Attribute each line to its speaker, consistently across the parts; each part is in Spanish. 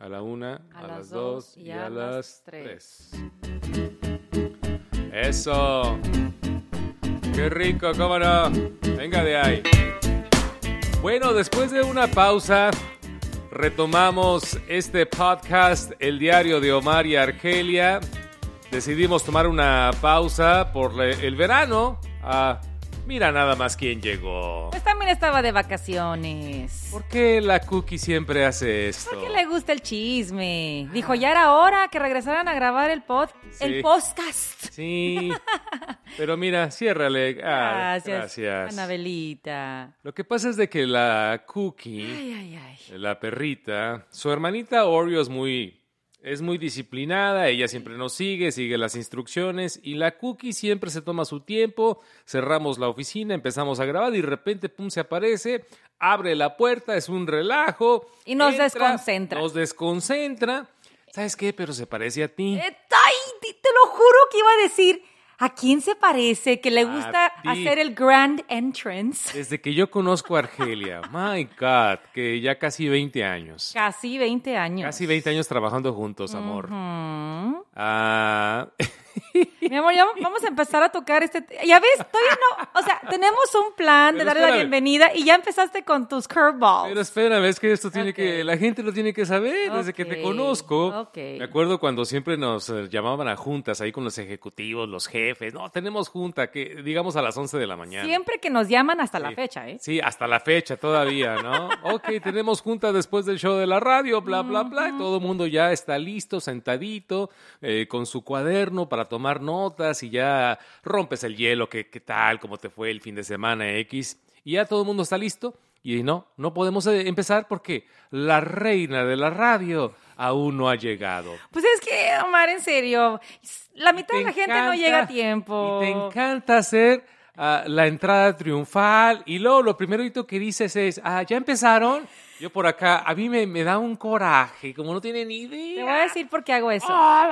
Speaker 1: a la una,
Speaker 2: A
Speaker 1: a,
Speaker 2: las
Speaker 1: las dos
Speaker 2: dos
Speaker 1: y,
Speaker 2: y
Speaker 1: a,
Speaker 2: a las
Speaker 1: las
Speaker 2: tres.
Speaker 1: tres. Eso. Qué rico, cómo no. Venga de ahí. Bueno, después de una pausa, retomamos este podcast, El Diario de Omar y Argelia. Decidimos tomar una pausa por le- el verano. Ah, mira nada más quién llegó.
Speaker 2: Pues también estaba de vacaciones.
Speaker 1: ¿Por qué la cookie siempre hace esto?
Speaker 2: ¿Por qué le gusta el chisme? Dijo, ya era hora que regresaran a grabar el pod,
Speaker 1: Sí.
Speaker 2: el podcast.
Speaker 1: Sí. Pero mira, ciérrale. Ah, gracias.
Speaker 2: Anabelita.
Speaker 1: Lo que pasa es de que la Cookie,
Speaker 2: Ay, ay, ay.
Speaker 1: la perrita, su hermanita Oreo es muy es muy disciplinada, ella siempre nos sigue, sigue las instrucciones y la Cookie siempre se toma su tiempo. Cerramos la oficina, empezamos a grabar y de repente pum se aparece, abre la puerta, es un relajo
Speaker 2: Y nos desconcentra.
Speaker 1: Nos desconcentra. ¿Sabes qué? Pero se parece a ti.
Speaker 2: Eh, ay, te te lo juro que iba a decir, ¿a quién se parece que le
Speaker 1: A
Speaker 2: gusta
Speaker 1: ti.
Speaker 2: hacer el grand entrance?
Speaker 1: Desde que yo conozco a Argelia, my God, que ya casi 20 años.
Speaker 2: Casi 20 años.
Speaker 1: Casi 20 años trabajando juntos, amor.
Speaker 2: Mm.
Speaker 1: Ah,
Speaker 2: Mi amor, ya vamos a empezar a tocar este... te- Ya ves, todavía no... O sea, tenemos un plan de
Speaker 1: Pero
Speaker 2: darle la
Speaker 1: espérame.
Speaker 2: bienvenida y ya empezaste con tus curveballs.
Speaker 1: pero espera, es que esto tiene
Speaker 2: Ok.
Speaker 1: que, la gente lo tiene que saber desde que te
Speaker 2: Ok,
Speaker 1: conozco.
Speaker 2: ok.
Speaker 1: Me acuerdo cuando siempre nos eh, llamaban a juntas ahí con los ejecutivos, los jefes. No, tenemos junta, que digamos a las 11 de la mañana.
Speaker 2: Siempre que nos llaman hasta la
Speaker 1: Sí.
Speaker 2: fecha, ¿eh?
Speaker 1: Sí, hasta la fecha todavía, ¿no? ok, tenemos junta después del show de la radio, bla, bla, bla. y Todo el mundo ya está listo, sentadito, eh, con su cuaderno para tomar notas y ya rompes el hielo, que- qué tal, cómo te fue el fin de semana X. Y ya todo el mundo está listo y no, no podemos eh, empezar porque la reina de la radio aún no ha llegado.
Speaker 2: Pues es que, Omar, en serio, la mitad
Speaker 1: Te
Speaker 2: de la gente no
Speaker 1: encanta-
Speaker 2: llega a tiempo.
Speaker 1: Y te encanta hacer ah, la entrada triunfal. Y luego lo primerito que dices es, ah, ¿ya empezaron? Yo por acá, a mí me, me da un coraje, como no tienen ni idea.
Speaker 2: Te voy a decir por qué hago eso.
Speaker 1: Ah.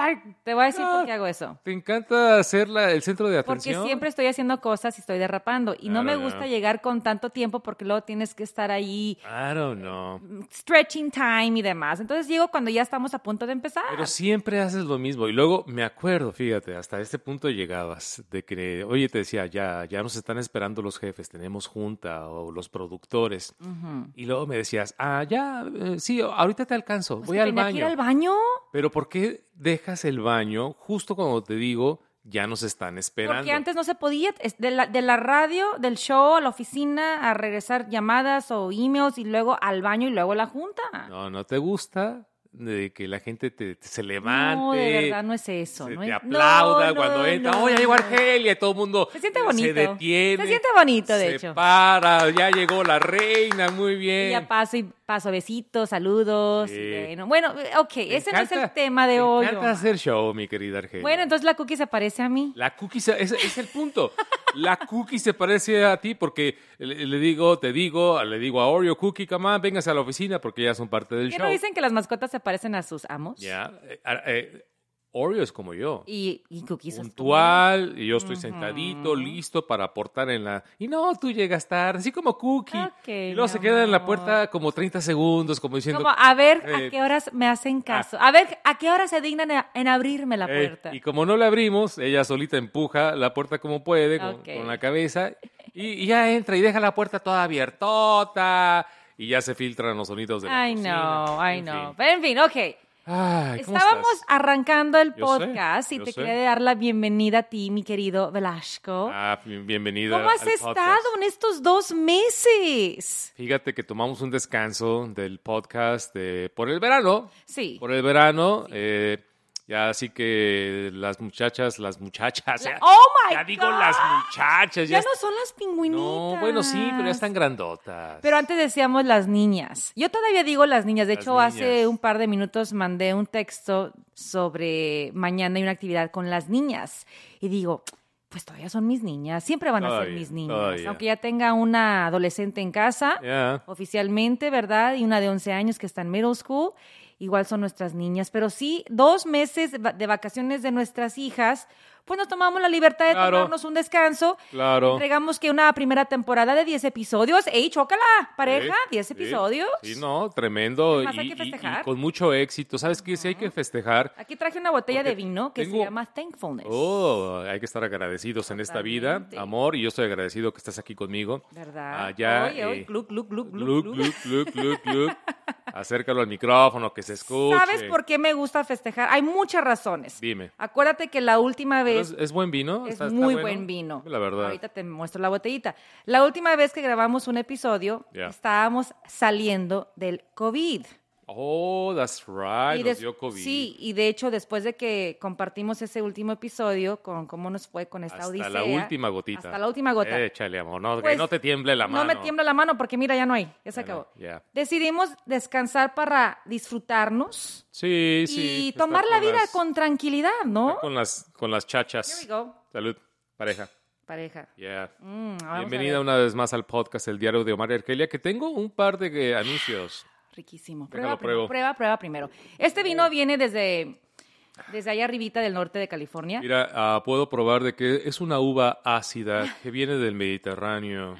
Speaker 2: Te voy a decir por qué hago eso.
Speaker 1: Te encanta hacer la- el centro de
Speaker 2: Porque
Speaker 1: atención.
Speaker 2: siempre estoy haciendo cosas y estoy derrapando. Y no
Speaker 1: Claro,
Speaker 2: me
Speaker 1: ya.
Speaker 2: gusta llegar con tanto tiempo porque luego tienes que estar ahí
Speaker 1: I don't know.
Speaker 2: stretching time y demás. Entonces llego cuando ya estamos a punto de empezar.
Speaker 1: Pero siempre haces lo mismo. Y luego me acuerdo, fíjate, hasta este punto llegabas de que, oye, te decía, ya, ya nos están esperando los jefes, tenemos junta o los productores. Y luego me decías, ah, ya, eh, sí, ahorita te alcanzo,
Speaker 2: Pues
Speaker 1: voy
Speaker 2: que
Speaker 1: al
Speaker 2: tenía que ir
Speaker 1: baño.
Speaker 2: al baño?
Speaker 1: Pero ¿por qué dejas el baño justo cuando te digo, ya nos están esperando?
Speaker 2: Porque antes no se podía, es de la, de la radio, del show, a la oficina, a regresar llamadas o emails y luego al baño y luego a la junta.
Speaker 1: No, no te gusta de que la gente te, te- se levante.
Speaker 2: No, de verdad no es eso.
Speaker 1: se
Speaker 2: no
Speaker 1: te
Speaker 2: es-
Speaker 1: aplauda
Speaker 2: no, no,
Speaker 1: cuando entra.
Speaker 2: no,
Speaker 1: ¡Oye, llegó
Speaker 2: no.
Speaker 1: Argelia! Y todo el mundo
Speaker 2: Se siente
Speaker 1: se
Speaker 2: bonito.
Speaker 1: detiene.
Speaker 2: Se siente bonito, de
Speaker 1: se
Speaker 2: hecho.
Speaker 1: para, ya llegó la reina, muy
Speaker 2: Y
Speaker 1: bien.
Speaker 2: ya paso y paso besitos, saludos.
Speaker 1: eh. Sí.
Speaker 2: y Bueno, bueno, ok,
Speaker 1: Me
Speaker 2: ese no es el
Speaker 1: encanta-
Speaker 2: tema de
Speaker 1: me
Speaker 2: hoy.
Speaker 1: encanta
Speaker 2: Omar.
Speaker 1: hacer show, mi querida Argelia.
Speaker 2: Bueno, entonces la cookie se parece a mí.
Speaker 1: La cookie se- ese es, el punto. La cookie se parece a ti porque le, le digo, te digo, le digo a Oreo, Cookie, come on, véngase a la oficina porque ya son parte del
Speaker 2: ¿Qué
Speaker 1: show.
Speaker 2: no dicen que las mascotas se parecen a sus amos?
Speaker 1: Ya, eh, a- eh, Oreo es como yo.
Speaker 2: Y, y cookies.
Speaker 1: puntual, y yo estoy sentadito, listo para aportar en la... Y no, tú llegas tarde, así como Cookie.
Speaker 2: Ok,
Speaker 1: y luego
Speaker 2: mi
Speaker 1: se queda en la
Speaker 2: amor.
Speaker 1: puerta como 30 segundos, como diciendo...
Speaker 2: Como, a ver, ¿a
Speaker 1: eh,
Speaker 2: qué horas me hacen caso? A ver, ¿a qué horas se dignan a- en abrirme la
Speaker 1: "Ey",
Speaker 2: puerta?
Speaker 1: Eh, y como no la abrimos, ella solita empuja la puerta como puede, con,
Speaker 2: Ok.
Speaker 1: con la cabeza, y, y ya entra y deja la puerta toda abiertota, y ya se filtran los sonidos de la
Speaker 2: Ay,
Speaker 1: cocina.
Speaker 2: no, ay,
Speaker 1: En
Speaker 2: no.
Speaker 1: fin.
Speaker 2: Pero en fin, ok.
Speaker 1: Ay, ¿cómo
Speaker 2: Estábamos
Speaker 1: estás?
Speaker 2: arrancando el
Speaker 1: Yo sé,
Speaker 2: podcast y
Speaker 1: yo
Speaker 2: te
Speaker 1: sé.
Speaker 2: quería dar la bienvenida a ti, mi querido Velasco.
Speaker 1: Ah, bien- bienvenida
Speaker 2: ¿Cómo has
Speaker 1: al podcast.
Speaker 2: estado en estos dos meses?
Speaker 1: Fíjate que tomamos un descanso del podcast eh, por el verano.
Speaker 2: Sí.
Speaker 1: Por el verano. eh, ya así que las muchachas, las muchachas.
Speaker 2: La-
Speaker 1: ya,
Speaker 2: ¡Oh, my
Speaker 1: ya digo
Speaker 2: God!
Speaker 1: las muchachas. Ya,
Speaker 2: Ya no son las pingüinitas.
Speaker 1: no, bueno, sí, pero ya están grandotas.
Speaker 2: Pero antes decíamos las niñas. Yo todavía digo las niñas. De
Speaker 1: Las
Speaker 2: hecho, hace
Speaker 1: niñas.
Speaker 2: un par de minutos mandé un texto sobre mañana hay una actividad con las niñas. Y digo, pues todavía son mis niñas. Siempre van a ser
Speaker 1: Todavía,
Speaker 2: mis niñas.
Speaker 1: todavía.
Speaker 2: Aunque ya tenga una adolescente en casa,
Speaker 1: Ya.
Speaker 2: oficialmente, ¿verdad? Y una de 11 años que está en middle school. igual son nuestras niñas, pero sí, dos meses de va- de vacaciones de nuestras hijas, pues nos tomamos la libertad de
Speaker 1: Claro.
Speaker 2: tomarnos un descanso.
Speaker 1: Claro.
Speaker 2: Entregamos que una primera temporada de 10 episodios. ¡Ey, chócala! Pareja,
Speaker 1: Sí,
Speaker 2: 10
Speaker 1: sí.
Speaker 2: episodios.
Speaker 1: Sí, no, tremendo.
Speaker 2: Es más, hay
Speaker 1: y,
Speaker 2: que
Speaker 1: y- y
Speaker 2: festejar.
Speaker 1: con mucho éxito. ¿Sabes qué? Sí hay que festejar.
Speaker 2: Aquí traje una botella
Speaker 1: Porque
Speaker 2: de vino que
Speaker 1: tengo-
Speaker 2: se llama Thankfulness.
Speaker 1: Oh, hay que estar agradecidos en esta vida,
Speaker 2: Totalmente.
Speaker 1: amor, y yo estoy agradecido que estás aquí conmigo.
Speaker 2: ¿Verdad?
Speaker 1: Allá,
Speaker 2: Oye, oye,
Speaker 1: eh,
Speaker 2: gluc, gluc, gluc, gluc,
Speaker 1: Look,
Speaker 2: gluc.
Speaker 1: look, look, look, look. Acércalo al micrófono, que se escuche.
Speaker 2: ¿Sabes por qué me gusta festejar? Hay muchas razones.
Speaker 1: Dime.
Speaker 2: Acuérdate que la última
Speaker 1: Pero
Speaker 2: vez
Speaker 1: ¿Es, es buen vino?
Speaker 2: Es
Speaker 1: ¿Está- está
Speaker 2: muy
Speaker 1: bueno?
Speaker 2: buen vino.
Speaker 1: La verdad.
Speaker 2: Ahorita te muestro la botellita. La última vez que grabamos un episodio,
Speaker 1: Ya.
Speaker 2: estábamos saliendo del COVID.
Speaker 1: Oh, that's right.
Speaker 2: Y
Speaker 1: nos
Speaker 2: des-
Speaker 1: dio COVID.
Speaker 2: Sí, y de hecho, después de que compartimos ese último episodio con cómo nos fue con esta
Speaker 1: Hasta
Speaker 2: odisea.
Speaker 1: la última gotita.
Speaker 2: Hasta la última gota.
Speaker 1: Échale, amor. No, que
Speaker 2: Pues,
Speaker 1: no te tiemble la mano.
Speaker 2: No me tiembla la mano porque mira, ya no hay. Ya se
Speaker 1: Ya no,
Speaker 2: acabó.
Speaker 1: ya.
Speaker 2: Decidimos descansar para disfrutarnos
Speaker 1: Sí,
Speaker 2: y
Speaker 1: sí. estar
Speaker 2: tomar la vida
Speaker 1: las-
Speaker 2: con tranquilidad, ¿no?
Speaker 1: estar Con las, con las
Speaker 2: Here
Speaker 1: chachas.
Speaker 2: we go,
Speaker 1: Salud, pareja.
Speaker 2: pareja.
Speaker 1: Yeah.
Speaker 2: Mm, vamos a
Speaker 1: Bienvenida
Speaker 2: ver.
Speaker 1: una vez más al podcast El Diario de Omar y Argelia, que tengo un par de eh, anuncios.
Speaker 2: Riquísimo.
Speaker 1: Déjalo
Speaker 2: Prueba, primero,
Speaker 1: pruebo.
Speaker 2: prueba, prueba primero. Este vino viene desde, desde allá arribita del norte de California.
Speaker 1: Mira, ah, puedo probar de que es una uva ácida que viene del Mediterráneo,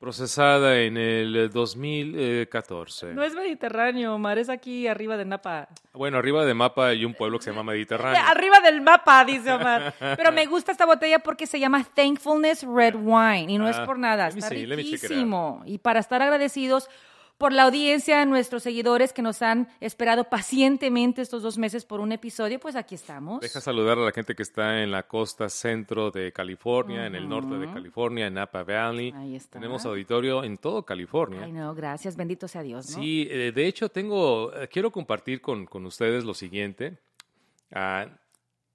Speaker 1: procesada en el eh, 2014.
Speaker 2: No es Mediterráneo, Omar, es aquí arriba de Napa.
Speaker 1: Bueno, arriba de mapa hay un pueblo que se llama Mediterráneo.
Speaker 2: Arriba del mapa, dice Omar. Pero me gusta esta botella porque se llama Thankfulness Red Wine y no es
Speaker 1: Ah,
Speaker 2: por nada,
Speaker 1: let me
Speaker 2: está
Speaker 1: see, let me check it out.
Speaker 2: riquísimo. Y para estar agradecidos por la audiencia, nuestros seguidores que nos han esperado pacientemente estos dos meses por un episodio, pues aquí estamos.
Speaker 1: Deja saludar a la gente que está en la costa centro de California, en el norte de California, en Napa Valley.
Speaker 2: Ahí está.
Speaker 1: Tenemos auditorio en todo California.
Speaker 2: Ay, no, gracias, bendito sea Dios, ¿no?
Speaker 1: Sí, eh, de hecho tengo, eh, quiero compartir con, con ustedes lo siguiente. Ah,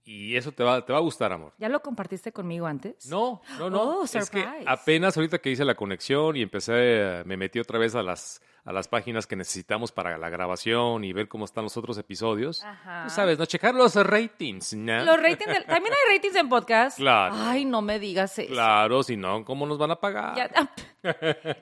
Speaker 1: y eso te va, te va a gustar, amor.
Speaker 2: ¿Ya lo compartiste conmigo antes?
Speaker 1: No, no, no.
Speaker 2: Oh,
Speaker 1: es que
Speaker 2: surprise.
Speaker 1: apenas ahorita que hice la conexión y empecé, eh, me metí otra vez a las, a las páginas que necesitamos para la grabación y ver cómo están los otros episodios.
Speaker 2: Ajá.
Speaker 1: Tú sabes, ¿no? Checar los ratings, ¿no?
Speaker 2: Los ratings del- también hay ratings en podcast.
Speaker 1: ¿Eh? Claro.
Speaker 2: Ay, no me digas eso.
Speaker 1: Claro, si no, ¿cómo nos van a pagar?
Speaker 2: pues. Ya-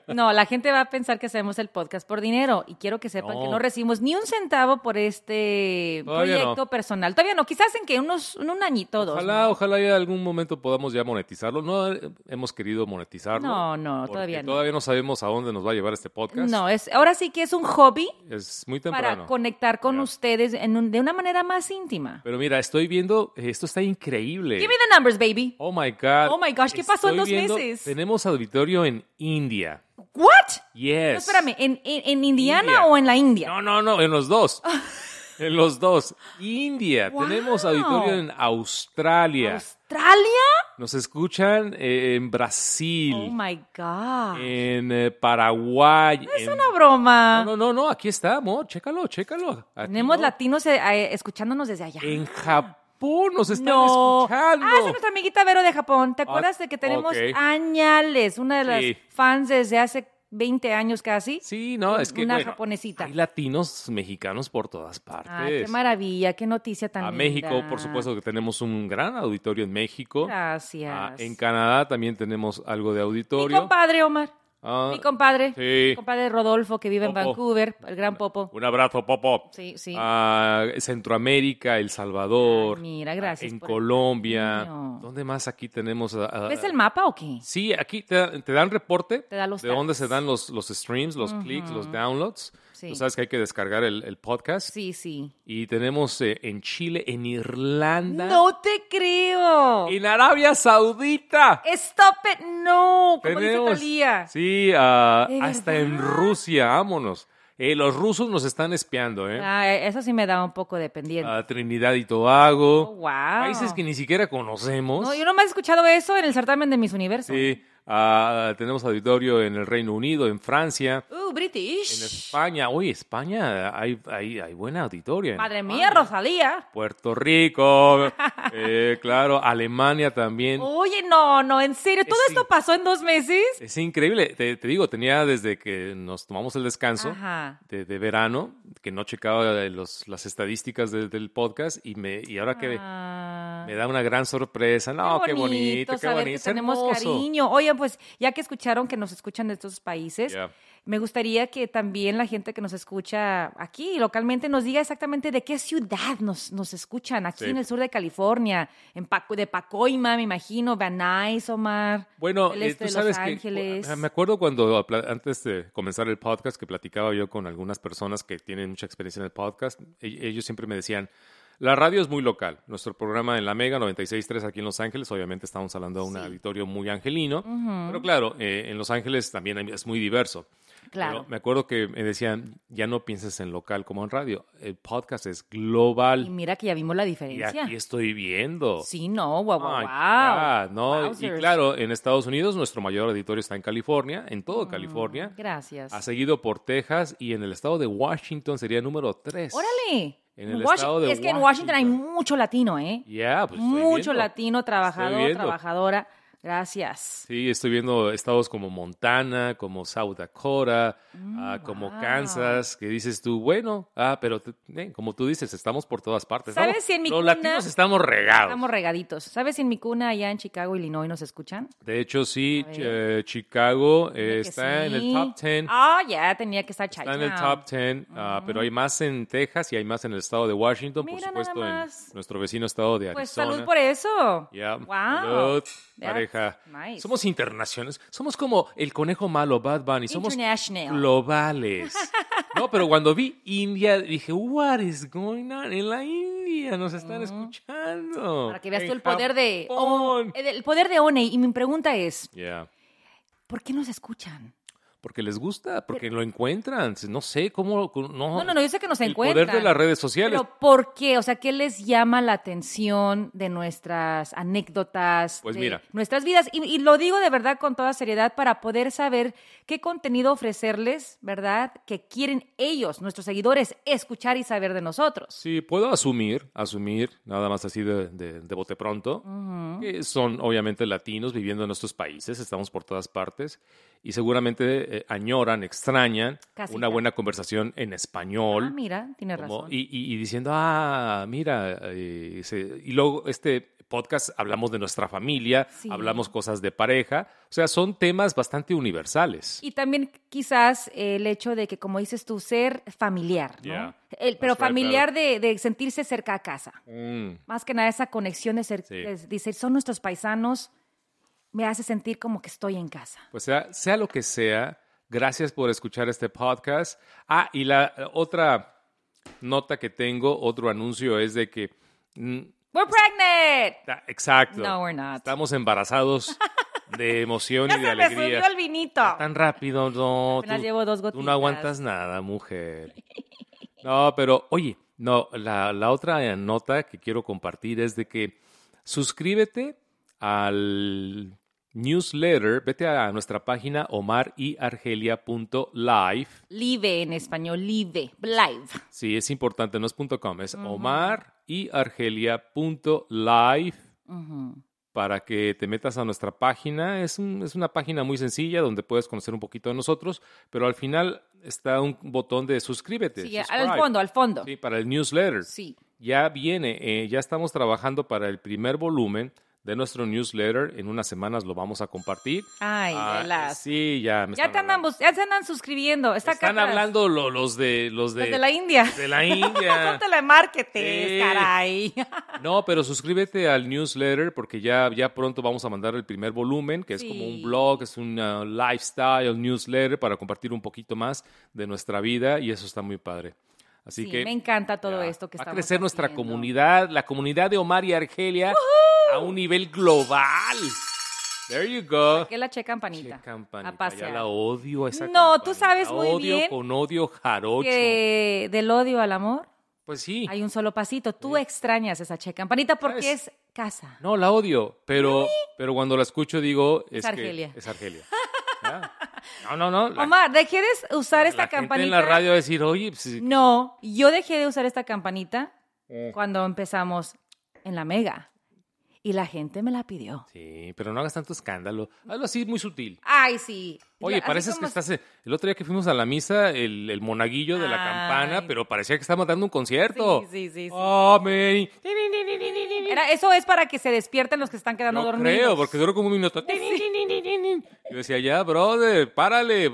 Speaker 2: No, la gente va a pensar que hacemos el podcast por dinero y quiero que sepan que
Speaker 1: No.
Speaker 2: no recibimos ni un centavo por este
Speaker 1: Todavía
Speaker 2: proyecto
Speaker 1: no.
Speaker 2: personal. Todavía no, quizás en que unos en un añito o dos.
Speaker 1: Ojalá,
Speaker 2: ¿no?
Speaker 1: ojalá en algún momento podamos ya monetizarlo. No eh, hemos querido monetizarlo.
Speaker 2: No, no,
Speaker 1: porque
Speaker 2: todavía no.
Speaker 1: Todavía no sabemos a dónde nos va a llevar este podcast.
Speaker 2: No, es ahora sí que es un hobby
Speaker 1: Es muy
Speaker 2: para
Speaker 1: temprano.
Speaker 2: conectar con
Speaker 1: Ya.
Speaker 2: ustedes en un- de una manera más íntima.
Speaker 1: Pero mira, estoy viendo, eh, esto está increíble.
Speaker 2: Give me the numbers, baby.
Speaker 1: Oh my God.
Speaker 2: Oh my gosh, ¿qué pasó en
Speaker 1: Estoy
Speaker 2: dos
Speaker 1: viendo-
Speaker 2: meses?
Speaker 1: Tenemos auditorio en India.
Speaker 2: What?
Speaker 1: Yes.
Speaker 2: No, espérame, ¿en, en, en Indiana
Speaker 1: India.
Speaker 2: o en la India?
Speaker 1: No, no, no, en los dos. en los dos. India. Tenemos
Speaker 2: Wow.
Speaker 1: auditorio en Australia.
Speaker 2: Australia.
Speaker 1: Nos escuchan eh, en Brasil,
Speaker 2: Oh my god.
Speaker 1: en eh, Paraguay.
Speaker 2: es
Speaker 1: en-
Speaker 2: una broma.
Speaker 1: No, no, no, no, aquí está, amor. Chécalo, chécalo. Aquí
Speaker 2: Tenemos
Speaker 1: no.
Speaker 2: latinos eh, eh, escuchándonos desde allá.
Speaker 1: En Japón nos están
Speaker 2: no.
Speaker 1: escuchando. Ah,
Speaker 2: Ah, es nuestra amiguita Vero de Japón. ¿Te acuerdas de que tenemos
Speaker 1: ok.
Speaker 2: Añales, una de las
Speaker 1: Sí.
Speaker 2: fans desde hace 20 años casi?
Speaker 1: Sí, no, es que
Speaker 2: Una
Speaker 1: bueno,
Speaker 2: japonesita.
Speaker 1: hay latinos mexicanos por todas partes.
Speaker 2: Ah, qué maravilla, qué noticia tan
Speaker 1: a
Speaker 2: linda.
Speaker 1: México, por supuesto que tenemos un gran auditorio en México.
Speaker 2: Gracias.
Speaker 1: Ah, en Canadá también tenemos algo de
Speaker 2: Mi
Speaker 1: auditorio.
Speaker 2: compadre Omar,
Speaker 1: Ah,
Speaker 2: mi compadre,
Speaker 1: sí.
Speaker 2: mi compadre Rodolfo que vive en
Speaker 1: Popo.
Speaker 2: Vancouver, el gran Popo.
Speaker 1: un abrazo, Popo.
Speaker 2: Sí, sí.
Speaker 1: Ah, Centroamérica, El Salvador.
Speaker 2: Ay, mira, gracias
Speaker 1: ah, En
Speaker 2: por el
Speaker 1: Colombia.
Speaker 2: cariño.
Speaker 1: ¿Dónde más aquí tenemos? ah, ah,
Speaker 2: ¿Ves el mapa o qué?
Speaker 1: Sí, aquí te, te dan reporte
Speaker 2: Te da los
Speaker 1: de dónde se
Speaker 2: datos.
Speaker 1: dan los, los streams, los clics, los downloads.
Speaker 2: Sí.
Speaker 1: Tú sabes que hay que descargar el, el podcast.
Speaker 2: Sí, sí.
Speaker 1: Y tenemos eh, en Chile, en Irlanda,
Speaker 2: No te creo.
Speaker 1: en Arabia Saudita.
Speaker 2: Stop it, no. Eh, Como dice Talía.
Speaker 1: sí, ah,
Speaker 2: ¿De
Speaker 1: hasta en
Speaker 2: verdad?
Speaker 1: Rusia, vámonos. Eh, los rusos nos están espiando, ¿eh?
Speaker 2: Ah, eso sí me da un poco de pendiente.
Speaker 1: A Trinidad y Tobago.
Speaker 2: Oh, wow.
Speaker 1: Países que ni siquiera conocemos.
Speaker 2: No, yo no me he escuchado eso en el certamen de Miss Universo.
Speaker 1: Sí, ah, tenemos auditorio en el Reino Unido, en Francia.
Speaker 2: Uh, British.
Speaker 1: En España, oye, España, hay, hay, hay buena auditoria. en
Speaker 2: Madre
Speaker 1: España.
Speaker 2: mía, Rosalía.
Speaker 1: Puerto Rico, eh, claro, Alemania también.
Speaker 2: Oye, no, no, en serio, todo
Speaker 1: Es
Speaker 2: esto
Speaker 1: in-
Speaker 2: pasó en dos meses.
Speaker 1: Es increíble, te, te digo, tenía desde que nos tomamos el descanso
Speaker 2: Ajá.
Speaker 1: de, de verano, que no checaba eh, los, las estadísticas de- del podcast y, me, y ahora que
Speaker 2: Ah,
Speaker 1: me da una gran sorpresa. No, qué bonito, qué bonito.
Speaker 2: saber que
Speaker 1: es
Speaker 2: tenemos
Speaker 1: hermoso.
Speaker 2: cariño. Oye, pues ya que escucharon que nos escuchan de estos países,
Speaker 1: Ya.
Speaker 2: Me gustaría que también la gente que nos escucha aquí localmente nos diga exactamente de qué ciudad nos, nos escuchan, aquí
Speaker 1: Sí.
Speaker 2: en el sur de California, en Paco, de Pacoima, me imagino, Van Nuys, Omar.
Speaker 1: Bueno,
Speaker 2: el
Speaker 1: eh,
Speaker 2: este
Speaker 1: tú
Speaker 2: de
Speaker 1: sabes
Speaker 2: Los
Speaker 1: que
Speaker 2: Ángeles.
Speaker 1: me acuerdo cuando apla- antes de comenzar el podcast que platicaba yo con algunas personas que tienen mucha experiencia en el podcast, e- ellos siempre me decían, la radio es muy local. Nuestro programa en La Mega 96.3 aquí en Los Ángeles, obviamente estamos hablando de un auditorio muy angelino, pero claro, eh, en Los Ángeles también hay- es muy diverso.
Speaker 2: Claro.
Speaker 1: Pero me acuerdo que me decían, ya no pienses en local como en radio, el podcast es global.
Speaker 2: Y mira que ya vimos la
Speaker 1: Y
Speaker 2: diferencia.
Speaker 1: aquí estoy viendo.
Speaker 2: Sí, no, guau, guau,
Speaker 1: Ay,
Speaker 2: guau.
Speaker 1: God, no, y-
Speaker 2: Wowzers.
Speaker 1: y claro, en Estados Unidos nuestro mayor auditorio está en California, en
Speaker 2: Mm,
Speaker 1: todo California,
Speaker 2: Gracias.
Speaker 1: ha seguido por Texas y en el estado de Washington sería número 3.
Speaker 2: Órale.
Speaker 1: En el
Speaker 2: Washi-
Speaker 1: estado de
Speaker 2: es que en Washington hay
Speaker 1: Washington.
Speaker 2: mucho latino, ¿eh?
Speaker 1: Ya, pues estoy
Speaker 2: mucho
Speaker 1: viendo.
Speaker 2: latino, trabajador,
Speaker 1: viendo.
Speaker 2: trabajadora. Gracias.
Speaker 1: Sí, estoy viendo estados como Montana, como South Dakota,
Speaker 2: Mm,
Speaker 1: ah, como
Speaker 2: wow.
Speaker 1: Kansas, que dices tú, bueno, ah, pero te- eh, como tú dices, estamos por todas partes.
Speaker 2: ¿Sabes
Speaker 1: Estamos-
Speaker 2: si en mi
Speaker 1: los
Speaker 2: cuna-
Speaker 1: latinos estamos regados.
Speaker 2: Estamos regaditos. ¿Sabes si en mi cuna allá en Chicago, Illinois, nos escuchan?
Speaker 1: De hecho, sí,
Speaker 2: A ver.
Speaker 1: eh, Chicago eh,
Speaker 2: Dime que
Speaker 1: está en
Speaker 2: sí.
Speaker 1: el top 10.
Speaker 2: Ah, ya tenía que estar
Speaker 1: Está en el top 10, ah, pero hay más en Texas y hay más en el estado de Washington,
Speaker 2: Mira
Speaker 1: por supuesto,
Speaker 2: nada
Speaker 1: en
Speaker 2: más.
Speaker 1: nuestro vecino estado de Arizona.
Speaker 2: Pues salud por eso.
Speaker 1: Ya,
Speaker 2: Wow.
Speaker 1: salud,
Speaker 2: That's
Speaker 1: pareja.
Speaker 2: nice.
Speaker 1: Somos internacionales. Somos como el conejo malo, Bad Bunny. Somos
Speaker 2: International.
Speaker 1: globales. no, pero cuando vi India, dije, what is going on en la India? Nos están escuchando.
Speaker 2: Para que veas
Speaker 1: En
Speaker 2: tú el poder de
Speaker 1: Japón.
Speaker 2: eh, el poder de One y mi pregunta es,
Speaker 1: Yeah.
Speaker 2: ¿por qué nos escuchan?
Speaker 1: Porque les gusta, porque lo encuentran. No sé cómo. No,
Speaker 2: No, no, no, yo sé que nos
Speaker 1: el
Speaker 2: encuentran.
Speaker 1: poder de las redes sociales.
Speaker 2: Pero ¿por qué? O sea, ¿qué les llama la atención de nuestras anécdotas,
Speaker 1: Pues
Speaker 2: de
Speaker 1: mira.
Speaker 2: nuestras vidas? Y, y lo digo de verdad con toda seriedad para poder saber qué contenido ofrecerles, ¿verdad? Que quieren ellos, nuestros seguidores, escuchar y saber de nosotros.
Speaker 1: Sí, puedo asumir, asumir, nada más así de, de- de bote pronto, que son obviamente latinos viviendo en nuestros países, estamos por todas partes, y seguramente eh, añoran, extrañan
Speaker 2: Casita.
Speaker 1: una buena conversación en español.
Speaker 2: Ah, mira, tiene
Speaker 1: como-
Speaker 2: razón.
Speaker 1: y, y- y diciendo, ah, mira, eh, se- y luego este podcast hablamos de nuestra familia,
Speaker 2: Sí.
Speaker 1: hablamos cosas de pareja, o sea, son temas bastante universales.
Speaker 2: Y también quizás eh, el hecho de que, como dices tú, ser familiar, ¿no?
Speaker 1: Yeah.
Speaker 2: El- pero
Speaker 1: That's right,
Speaker 2: familiar de, de sentirse cerca a casa.
Speaker 1: Mm.
Speaker 2: Más que nada esa conexión de ser,
Speaker 1: Sí.
Speaker 2: de- de decir, son nuestros paisanos, me hace sentir como que estoy en casa.
Speaker 1: Pues sea, sea lo que sea, gracias por escuchar este podcast. Ah, y la eh, otra nota que tengo, otro anuncio es de que... mm,
Speaker 2: We're pregnant.
Speaker 1: ah, exacto.
Speaker 2: No, we're not.
Speaker 1: Estamos embarazados de emoción
Speaker 2: Ya
Speaker 1: y de
Speaker 2: se me subió
Speaker 1: alegría.
Speaker 2: el vinito.
Speaker 1: Tan rápido, no.
Speaker 2: Apenas llevo dos
Speaker 1: tú
Speaker 2: gotitas.
Speaker 1: no aguantas nada, mujer. No, pero oye, no, la, la otra eh, nota que quiero compartir es de que suscríbete al newsletter, vete a nuestra página omariargelia.live.
Speaker 2: Live en español, live, live.
Speaker 1: Sí, es importante, no es punto .com, es omariargelia.live
Speaker 2: Ujú.
Speaker 1: para que te metas a nuestra página. Es, un- es una página muy sencilla donde puedes conocer un poquito de nosotros, pero al final está un botón de suscríbete.
Speaker 2: Sí, al
Speaker 1: subscribe.
Speaker 2: fondo, al fondo.
Speaker 1: Sí, para el newsletter.
Speaker 2: Sí.
Speaker 1: Ya viene, eh, ya estamos trabajando para el primer volumen de nuestro newsletter. En unas semanas lo vamos a compartir.
Speaker 2: Ay,
Speaker 1: Ah,
Speaker 2: velas.
Speaker 1: Sí, ya me
Speaker 2: Ya
Speaker 1: están
Speaker 2: te andan,
Speaker 1: hablando.
Speaker 2: bus- ya se andan suscribiendo. Está
Speaker 1: Están
Speaker 2: caras.
Speaker 1: hablando lo- los de los de,
Speaker 2: Los de la India.
Speaker 1: de la India.
Speaker 2: Ponte la de marketing,
Speaker 1: Sí.
Speaker 2: caray.
Speaker 1: No, pero suscríbete al newsletter porque ya, ya pronto vamos a mandar el primer volumen, que es como
Speaker 2: Sí.
Speaker 1: un blog, es un uh, lifestyle newsletter para compartir un poquito más de nuestra vida y eso está muy padre. Así
Speaker 2: Sí,
Speaker 1: que
Speaker 2: me encanta todo
Speaker 1: ya,
Speaker 2: esto que
Speaker 1: va a
Speaker 2: estamos
Speaker 1: crecer nuestra
Speaker 2: haciendo.
Speaker 1: comunidad, la comunidad de Omar y Argelia a un nivel global. There you go.
Speaker 2: Que la che campanita.
Speaker 1: Che campanita,
Speaker 2: a pasear.
Speaker 1: ya la odio a esa
Speaker 2: No, tú
Speaker 1: campanita,
Speaker 2: sabes muy
Speaker 1: odio
Speaker 2: bien
Speaker 1: con odio jarocho.
Speaker 2: que del odio al amor
Speaker 1: Pues sí.
Speaker 2: hay un solo pasito. Tú extrañas esa che campanita porque
Speaker 1: ¿Sabes?
Speaker 2: es casa.
Speaker 1: No, la odio, pero, pero cuando la escucho digo...
Speaker 2: Es
Speaker 1: que-
Speaker 2: Argelia.
Speaker 1: es Argelia. Ya. No, no, no. la-
Speaker 2: Omar, dejé de usar
Speaker 1: la
Speaker 2: esta
Speaker 1: gente
Speaker 2: campanita.
Speaker 1: en la radio va a decir, oye, pues, sí,
Speaker 2: No, yo dejé de usar esta campanita
Speaker 1: Mm.
Speaker 2: cuando empezamos en la mega. Y la gente me la pidió.
Speaker 1: sí, pero no hagas tanto escándalo. Hazlo así muy sutil.
Speaker 2: Ay, sí.
Speaker 1: Oye,
Speaker 2: Así
Speaker 1: pareces que
Speaker 2: como-
Speaker 1: estás... eh, El otro día que fuimos a la misa, el, el monaguillo de la
Speaker 2: Ay.
Speaker 1: campana, pero parecía que estábamos dando un concierto.
Speaker 2: Sí, sí, sí, sí.
Speaker 1: Amén.
Speaker 2: Era- eso es para que se despierten los que están quedando
Speaker 1: No
Speaker 2: dormidos.
Speaker 1: creo, porque duró como un minuto. Yo decía, ya, brother, párale.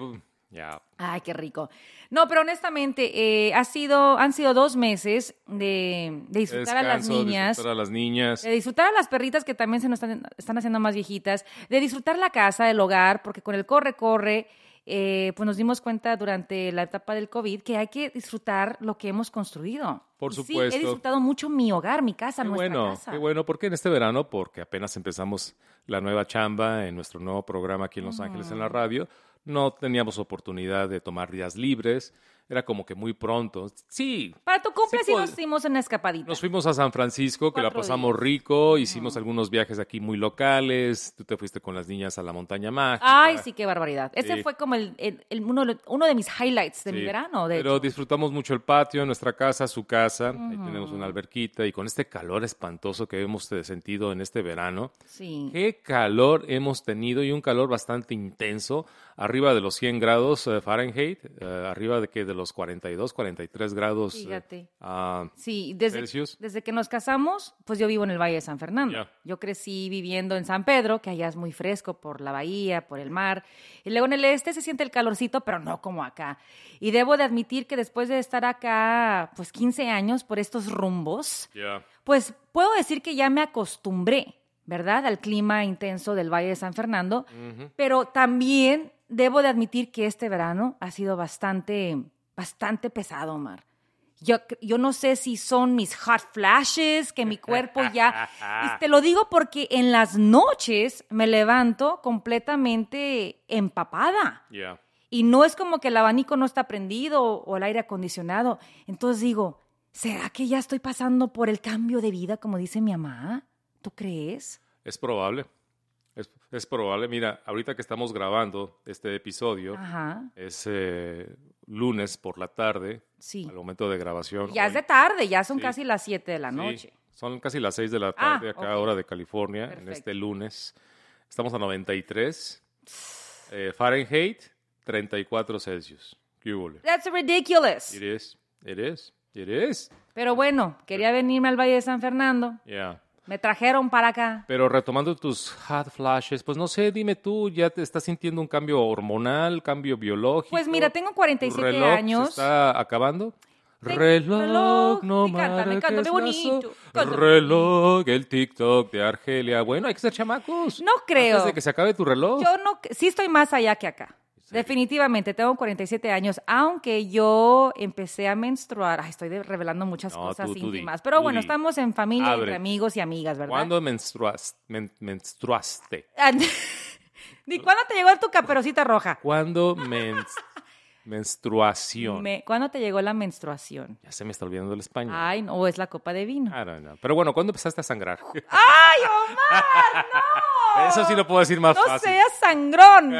Speaker 1: Ya.
Speaker 2: Ay, qué rico. No, pero honestamente, eh, ha sido, han sido dos meses de, de disfrutar a las
Speaker 1: Descanso,
Speaker 2: niñas.
Speaker 1: disfrutar a las niñas.
Speaker 2: De disfrutar a las perritas que también se nos están, están haciendo más viejitas, de disfrutar la casa, el hogar, porque con el corre, corre, eh, pues nos dimos cuenta durante la etapa del COVID que hay que disfrutar lo que hemos construido.
Speaker 1: Por
Speaker 2: Y sí,
Speaker 1: supuesto.
Speaker 2: he disfrutado mucho mi hogar, mi casa,
Speaker 1: Qué
Speaker 2: nuestra
Speaker 1: bueno,
Speaker 2: casa.
Speaker 1: qué bueno. ¿Por qué en este verano? Porque apenas empezamos la nueva chamba en nuestro nuevo programa aquí en Los Ángeles en la radio. No teníamos oportunidad de tomar días libres. Era como que muy pronto. Sí,
Speaker 2: Para tu cumple
Speaker 1: Sí,
Speaker 2: sí,
Speaker 1: pues,
Speaker 2: nos dimos una escapadita.
Speaker 1: nos fuimos a San Francisco, que la
Speaker 2: Cuatro
Speaker 1: pasamos
Speaker 2: días.
Speaker 1: rico. Hicimos algunos viajes aquí muy locales. Tú te fuiste con las niñas a la montaña mágica.
Speaker 2: Ay, sí, qué barbaridad. Ese
Speaker 1: Sí.
Speaker 2: fue como el, el- el- uno, de, lo- uno de mis highlights de mi
Speaker 1: Sí,
Speaker 2: verano. De
Speaker 1: Pero
Speaker 2: hecho.
Speaker 1: disfrutamos mucho el patio, nuestra casa, su casa. Ahí tenemos una alberquita y con este calor espantoso que hemos eh, sentido en este verano.
Speaker 2: Sí.
Speaker 1: Qué calor hemos tenido y un calor bastante intenso, arriba de los 100 grados eh, Fahrenheit, eh, arriba de que de los 42, 43 grados. eh,
Speaker 2: Fíjate.
Speaker 1: ah,
Speaker 2: Sí, desde,
Speaker 1: Celsius.
Speaker 2: desde que nos casamos, pues yo vivo en el Valle de San Fernando.
Speaker 1: Ya.
Speaker 2: Yo crecí viviendo en San Pedro, que allá es muy fresco por la bahía, por el mar. Y luego en el este se siente el calorcito, pero no como acá. Y debo de admitir que después de estar acá, pues 15 años por estos rumbos,
Speaker 1: ya.
Speaker 2: pues puedo decir que ya me acostumbré, ¿verdad? Al clima intenso del Valle de San Fernando, pero también debo de admitir que este verano ha sido bastante, bastante pesado, Omar. Yo, cre- yo no sé si son mis hot flashes, que mi cuerpo ya...
Speaker 1: Ah,
Speaker 2: y te lo digo porque en las noches me levanto completamente empapada.
Speaker 1: ya.
Speaker 2: Y no es como que el abanico no está prendido o el aire acondicionado. Entonces digo, ¿será que ya estoy pasando por el cambio de vida, como dice mi mamá? ¿Tú crees?
Speaker 1: Es probable. Es, es probable. Mira, ahorita que estamos grabando este episodio,
Speaker 2: Ah. Ajá,
Speaker 1: es eh, lunes por la tarde,
Speaker 2: sí.
Speaker 1: al momento de grabación.
Speaker 2: Ya
Speaker 1: hoy.
Speaker 2: es de tarde, ya son
Speaker 1: Sí.
Speaker 2: casi las 7 de la
Speaker 1: Sí,
Speaker 2: noche.
Speaker 1: son casi las 6 de la
Speaker 2: Ah,
Speaker 1: tarde acá,
Speaker 2: ok.
Speaker 1: hora de California, en
Speaker 2: Perfecto.
Speaker 1: este lunes. Estamos a 93 eh, Fahrenheit, 34 Celsius. ¿Qué hubo? le?
Speaker 2: That's ridiculous.
Speaker 1: It is, it is, it is.
Speaker 2: Pero bueno, quería venirme al Valle de San Fernando.
Speaker 1: Yeah.
Speaker 2: Me trajeron para acá.
Speaker 1: Pero retomando tus hot flashes, pues no sé, dime tú, ¿ya te estás sintiendo un cambio hormonal, cambio biológico?
Speaker 2: Pues mira, tengo
Speaker 1: ¿Tu
Speaker 2: 47
Speaker 1: reloj se
Speaker 2: años.
Speaker 1: está acabando?
Speaker 2: Te-
Speaker 1: reloj,
Speaker 2: reloj,
Speaker 1: no
Speaker 2: me encanta, me
Speaker 1: marques
Speaker 2: encanta, muy
Speaker 1: las ho-
Speaker 2: bonito, canta muy
Speaker 1: Reloj, el TikTok de Argelia. Bueno, hay que ser chamacos.
Speaker 2: No creo.
Speaker 1: Antes de que se acabe tu reloj.
Speaker 2: Yo no, sí estoy más allá que acá. Definitivamente, tengo 47 años, aunque yo empecé a menstruar. Ay, estoy de- revelando muchas
Speaker 1: No,
Speaker 2: cosas
Speaker 1: tú- tú di,
Speaker 2: íntimas. Pero
Speaker 1: tú
Speaker 2: bueno,
Speaker 1: di.
Speaker 2: estamos en familia,
Speaker 1: Ábrete.
Speaker 2: entre amigos y amigas, ¿verdad?
Speaker 1: ¿Cuándo menstruas- men- menstruaste?
Speaker 2: ¿Y cuándo te llegó tu caperucita roja?
Speaker 1: ¿Cuándo mens- menstruación?
Speaker 2: Me- Ah. ¿Cuándo te llegó la menstruación?
Speaker 1: Ya se me está olvidando el español.
Speaker 2: Ay, no, es la copa de vino.
Speaker 1: I don't know. Pero bueno, ¿cuándo empezaste a sangrar?
Speaker 2: ¡Ay, Omar! ¡No!
Speaker 1: Eso sí lo puedo decir más
Speaker 2: No
Speaker 1: fácil.
Speaker 2: seas sangrón.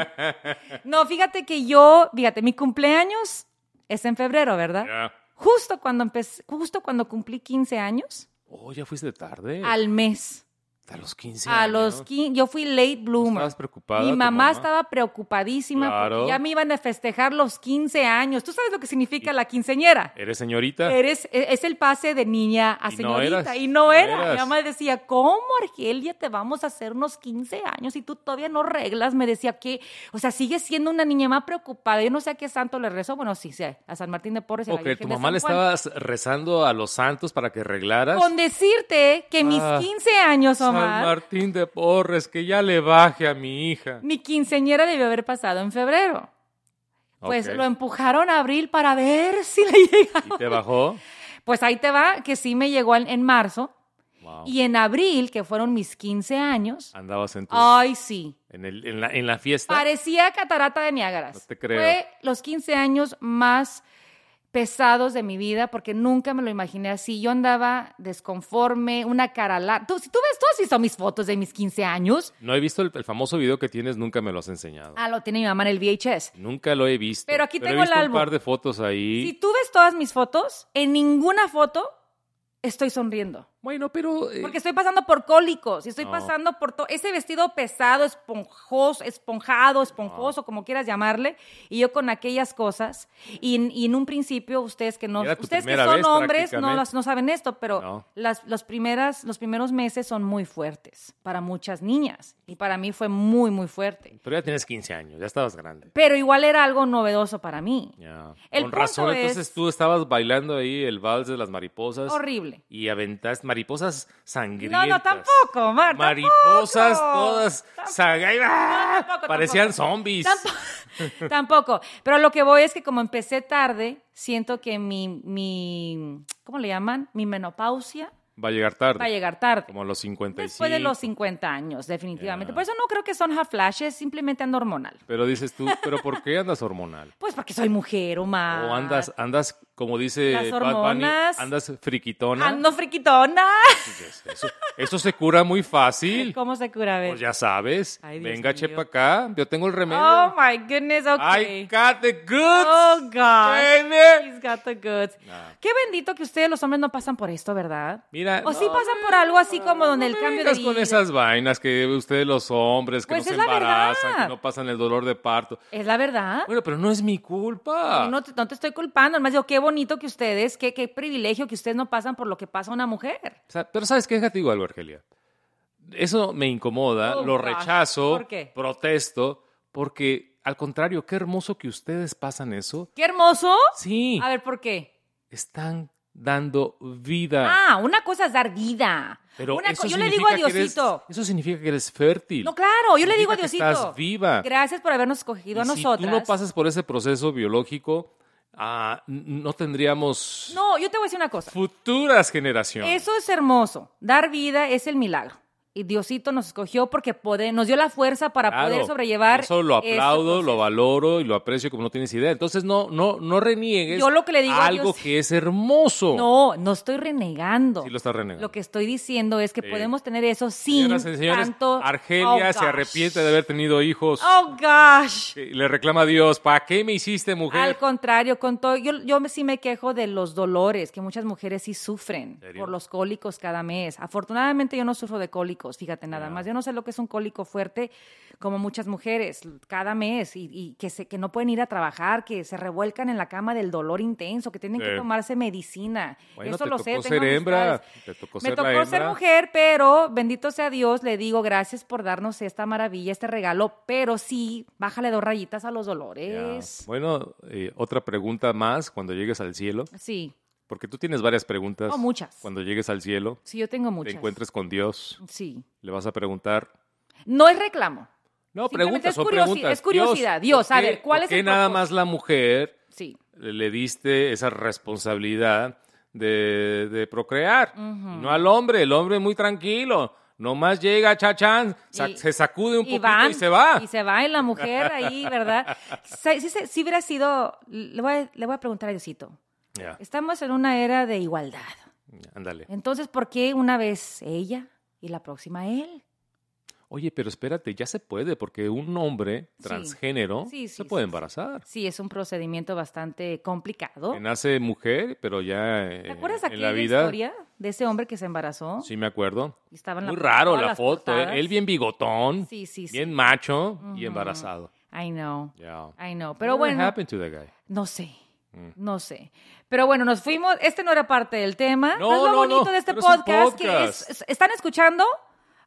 Speaker 2: No, fíjate que yo, fíjate, mi cumpleaños es en febrero, ¿verdad?
Speaker 1: Ya.
Speaker 2: Justo cuando empecé, justo cuando cumplí 15 años,
Speaker 1: Oh, ya fuiste tarde.
Speaker 2: al mes.
Speaker 1: a los 15
Speaker 2: A
Speaker 1: años.
Speaker 2: los 15, yo fui late bloomer.
Speaker 1: estabas preocupada,
Speaker 2: Mi
Speaker 1: tu
Speaker 2: mamá,
Speaker 1: mamá?
Speaker 2: estaba preocupadísima
Speaker 1: Claro.
Speaker 2: porque ya me iban a festejar los 15 años. ¿Tú sabes lo que significa la quinceñera?
Speaker 1: ¿Eres señorita?
Speaker 2: Eres, e- es el pase de niña a
Speaker 1: Y no
Speaker 2: señorita.
Speaker 1: eras,
Speaker 2: y
Speaker 1: no
Speaker 2: no era.
Speaker 1: eras.
Speaker 2: Mi mamá decía, ¿cómo, Argelia, te vamos a hacer unos 15 años y tú todavía no reglas? Me decía que, o sea, sigues siendo una niña más preocupada. Yo no sé a qué santo le rezó. Bueno, sí, sí, a San Martín de Porres y a la
Speaker 1: Porque
Speaker 2: Virgen
Speaker 1: tu
Speaker 2: de
Speaker 1: mamá
Speaker 2: San
Speaker 1: le
Speaker 2: Juan.
Speaker 1: estabas rezando a los santos para que arreglaras.
Speaker 2: Con decirte que mis
Speaker 1: Ah,
Speaker 2: 15 años,
Speaker 1: San
Speaker 2: Omar,
Speaker 1: Martín de Porres, que ya le baje a mi hija.
Speaker 2: mi quinceñera debió haber pasado en febrero. Pues
Speaker 1: Ok.
Speaker 2: lo empujaron a abril para ver si le llega.
Speaker 1: ¿Y te bajó?
Speaker 2: Pues ahí te va, que sí me llegó en, en marzo.
Speaker 1: Wow.
Speaker 2: Y en abril, que fueron mis 15 años,
Speaker 1: Andabas en, tu-
Speaker 2: ay sí,
Speaker 1: en, el- en la, en la fiesta.
Speaker 2: parecía catarata de Niágaras.
Speaker 1: No te creo.
Speaker 2: Fue los 15 años más pesados de mi vida porque nunca me lo imaginé así. Yo andaba desconforme, una cara larga. Tú, si tú ves, tú has visto mis fotos de mis 15 años.
Speaker 1: No he visto el, el famoso video que tienes, nunca me lo has enseñado.
Speaker 2: Ah, lo tiene mi mamá en el VHS.
Speaker 1: Nunca lo he visto.
Speaker 2: Pero aquí
Speaker 1: he
Speaker 2: tengo el
Speaker 1: visto
Speaker 2: álbum.
Speaker 1: un par de fotos ahí.
Speaker 2: Si tú ves todas mis fotos, en ninguna foto estoy sonriendo.
Speaker 1: Bueno, pero... eh,
Speaker 2: Porque estoy pasando por cólicos y estoy
Speaker 1: No.
Speaker 2: pasando por todo ese vestido pesado, esponjoso, esponjado, esponjoso, como quieras llamarle, y yo con aquellas cosas. Y, en- y en un principio, ustedes que no,
Speaker 1: Era tu
Speaker 2: ustedes que
Speaker 1: primera
Speaker 2: son
Speaker 1: vez,
Speaker 2: hombres no,
Speaker 1: prácticamente.
Speaker 2: las- no saben esto, pero
Speaker 1: No.
Speaker 2: las, los, primeras, los primeros meses son muy fuertes para muchas niñas. Y para mí fue muy, muy fuerte.
Speaker 1: Pero ya tienes 15 años, ya estabas grande.
Speaker 2: Pero igual era algo novedoso para mí.
Speaker 1: Ya.
Speaker 2: El
Speaker 1: Con
Speaker 2: punto
Speaker 1: razón,
Speaker 2: es-
Speaker 1: entonces tú estabas bailando ahí el vals de las mariposas.
Speaker 2: Horrible.
Speaker 1: Y aventaste mariposas
Speaker 2: No,
Speaker 1: sangrientas.
Speaker 2: no, tampoco, Mar.
Speaker 1: Mariposas
Speaker 2: tampoco.
Speaker 1: todas saga- ¡Ah!
Speaker 2: tampoco,
Speaker 1: Parecían
Speaker 2: tampoco.
Speaker 1: zombies.
Speaker 2: Tampo- Tampoco. Pero lo que voy es que como empecé tarde, siento que mi, mi ¿cómo le llaman? Mi menopausia
Speaker 1: Va a llegar tarde.
Speaker 2: va a llegar tarde.
Speaker 1: Como a los 55.
Speaker 2: Después de los 50 años, definitivamente.
Speaker 1: Ya.
Speaker 2: Por eso no creo que son hot flashes, simplemente ando hormonal.
Speaker 1: Pero dices tú, ¿pero por qué andas hormonal?
Speaker 2: Pues porque soy mujer, Omar.
Speaker 1: O andas, andas, como dice
Speaker 2: Ah. Las
Speaker 1: Bad Bunny,
Speaker 2: hormonas. Ah,
Speaker 1: andas friquitona. Pues
Speaker 2: Ando friquitona.
Speaker 1: Eso, eso se cura muy fácil.
Speaker 2: ¿Cómo se cura? A ver.
Speaker 1: Pues ya sabes.
Speaker 2: Ay, Dios
Speaker 1: Venga,
Speaker 2: mío.
Speaker 1: chepa acá. Yo tengo el remedio.
Speaker 2: oh my goodness, ok.
Speaker 1: I got the goods.
Speaker 2: Oh, gosh.
Speaker 1: baby.
Speaker 2: He's got the goods.
Speaker 1: Nah.
Speaker 2: Qué bendito que ustedes los hombres no pasan por esto, ¿verdad?
Speaker 1: Mira,
Speaker 2: O Oh, sí
Speaker 1: no,
Speaker 2: pasan por algo así como donde el
Speaker 1: me
Speaker 2: cambio de
Speaker 1: vengas
Speaker 2: vida.
Speaker 1: con esas vainas que ustedes los hombres que
Speaker 2: Pues
Speaker 1: no se
Speaker 2: es la verdad.
Speaker 1: embarazan, que no pasan el dolor de parto.
Speaker 2: Es la verdad.
Speaker 1: Bueno, pero no es mi culpa.
Speaker 2: No te, no te estoy culpando. Además, digo, qué bonito que ustedes, qué, qué privilegio que ustedes no pasan por lo que pasa una mujer.
Speaker 1: O sea, pero ¿sabes qué? Déjate digo algo, Argelia. Eso me incomoda,
Speaker 2: Oh,
Speaker 1: lo
Speaker 2: gosh.
Speaker 1: rechazo,
Speaker 2: ¿Por qué?
Speaker 1: protesto, porque al contrario, qué hermoso que ustedes pasan eso.
Speaker 2: Qué hermoso.
Speaker 1: Sí,
Speaker 2: A ver, ¿por qué?
Speaker 1: están dando vida.
Speaker 2: Ah, una cosa es dar vida.
Speaker 1: pero
Speaker 2: Una
Speaker 1: eso
Speaker 2: co- yo le digo a
Speaker 1: significa que eres-
Speaker 2: Diosito.
Speaker 1: eso significa que eres fértil.
Speaker 2: No, claro, yo le
Speaker 1: Significa
Speaker 2: digo a
Speaker 1: que
Speaker 2: Diosito.
Speaker 1: Estás viva.
Speaker 2: Gracias por habernos escogido a
Speaker 1: Y
Speaker 2: nosotras.
Speaker 1: Si tú no pasas por ese proceso biológico, ah, n- no tendríamos
Speaker 2: No, yo te voy a decir una cosa.
Speaker 1: futuras generaciones.
Speaker 2: Eso es hermoso. Dar vida es el milagro. Y Diosito nos escogió porque pode- nos dio la fuerza para
Speaker 1: Claro,
Speaker 2: poder sobrellevar.
Speaker 1: Eso lo
Speaker 2: este
Speaker 1: aplaudo, lo
Speaker 2: proceso.
Speaker 1: valoro y lo aprecio como no tienes idea. Entonces no, no, no reniegues
Speaker 2: Yo lo que le digo a
Speaker 1: algo
Speaker 2: Dios-
Speaker 1: que es hermoso.
Speaker 2: No, no estoy renegando.
Speaker 1: Sí lo estás renegando.
Speaker 2: Lo que estoy diciendo es que
Speaker 1: Sí.
Speaker 2: podemos tener eso sin
Speaker 1: Señoras y señores,
Speaker 2: tanto.
Speaker 1: Argelia
Speaker 2: Oh,
Speaker 1: se
Speaker 2: gosh.
Speaker 1: arrepiente de haber tenido hijos.
Speaker 2: Oh gosh.
Speaker 1: Eh, Le reclama a Dios, ¿para qué me hiciste
Speaker 2: Al
Speaker 1: mujer?
Speaker 2: contrario, con todo, yo, yo me- sí me quejo de los dolores que muchas mujeres sí sufren
Speaker 1: serio?
Speaker 2: por los cólicos cada mes. Afortunadamente yo no sufro de cólicos, fíjate nada
Speaker 1: Ya.
Speaker 2: más. Yo no sé lo que es un cólico fuerte como muchas mujeres cada mes y, y que, se, que no pueden ir a trabajar, que se revuelcan en la cama del dolor intenso, que tienen
Speaker 1: Sí.
Speaker 2: que tomarse medicina.
Speaker 1: Bueno,
Speaker 2: Eso
Speaker 1: te
Speaker 2: lo
Speaker 1: tocó
Speaker 2: sé. tengo
Speaker 1: ser hembra,
Speaker 2: amistades.
Speaker 1: te tocó ser
Speaker 2: Me
Speaker 1: la
Speaker 2: tocó ser
Speaker 1: hembra.
Speaker 2: mujer, pero bendito sea Dios, le digo gracias por darnos esta maravilla, este regalo, pero sí, bájale dos rayitas a los
Speaker 1: Ya.
Speaker 2: dolores.
Speaker 1: Bueno, eh, otra pregunta más cuando llegues al cielo.
Speaker 2: Sí,
Speaker 1: Porque tú tienes varias preguntas.
Speaker 2: Oh, muchas.
Speaker 1: Cuando llegues al cielo,
Speaker 2: sí, yo tengo muchas.
Speaker 1: te encuentres con Dios,
Speaker 2: Sí.
Speaker 1: le vas a preguntar.
Speaker 2: No es reclamo.
Speaker 1: No,
Speaker 2: Simplemente
Speaker 1: preguntas,
Speaker 2: es
Speaker 1: son
Speaker 2: curiosi-
Speaker 1: preguntas.
Speaker 2: es curiosidad. Dios,
Speaker 1: ¿por
Speaker 2: a
Speaker 1: qué-
Speaker 2: ver, ¿cuál
Speaker 1: por
Speaker 2: es
Speaker 1: qué
Speaker 2: el
Speaker 1: nada
Speaker 2: propósito?
Speaker 1: más la mujer
Speaker 2: Sí.
Speaker 1: le- le diste esa responsabilidad de, de procrear? Y No al hombre, el hombre muy tranquilo. Nomás llega, chachán, sa-
Speaker 2: Y-
Speaker 1: se sacude un poquito
Speaker 2: van,
Speaker 1: y se va.
Speaker 2: Y se va, y la mujer ahí, ¿verdad? Si, si- si hubiera sido, le voy, a, le voy a preguntar a Diosito,
Speaker 1: Ya,
Speaker 2: estamos en una era de igualdad.
Speaker 1: ándale.
Speaker 2: Entonces, ¿por qué una vez ella y la próxima él?
Speaker 1: Oye, pero espérate, ya se puede, porque un hombre
Speaker 2: Sí.
Speaker 1: transgénero
Speaker 2: Sí,
Speaker 1: se
Speaker 2: sí,
Speaker 1: puede
Speaker 2: sí, sí.
Speaker 1: embarazar.
Speaker 2: Sí, es un procedimiento bastante complicado.
Speaker 1: Que nace mujer, pero ya eh,
Speaker 2: ¿Te acuerdas
Speaker 1: en la
Speaker 2: aquella
Speaker 1: vida.
Speaker 2: historia de ese hombre que se embarazó?
Speaker 1: Sí, me acuerdo.
Speaker 2: Y estaba en la
Speaker 1: Muy
Speaker 2: portada,
Speaker 1: raro
Speaker 2: todas
Speaker 1: la
Speaker 2: las
Speaker 1: foto.
Speaker 2: portadas.
Speaker 1: ¿eh? Él bien bigotón,
Speaker 2: Sí, sí, sí.
Speaker 1: bien macho y
Speaker 2: Ujú.
Speaker 1: embarazado.
Speaker 2: I know.
Speaker 1: Yeah.
Speaker 2: I know. Pero
Speaker 1: Whatever
Speaker 2: bueno,
Speaker 1: happened Mm. to that guy?
Speaker 2: No sé. No sé. Pero bueno, nos fuimos. Este no era parte del tema.
Speaker 1: No,
Speaker 2: No, es lo
Speaker 1: no,
Speaker 2: bonito
Speaker 1: no,
Speaker 2: de este
Speaker 1: pero es un
Speaker 2: podcast, que
Speaker 1: podcast.
Speaker 2: es- es- están escuchando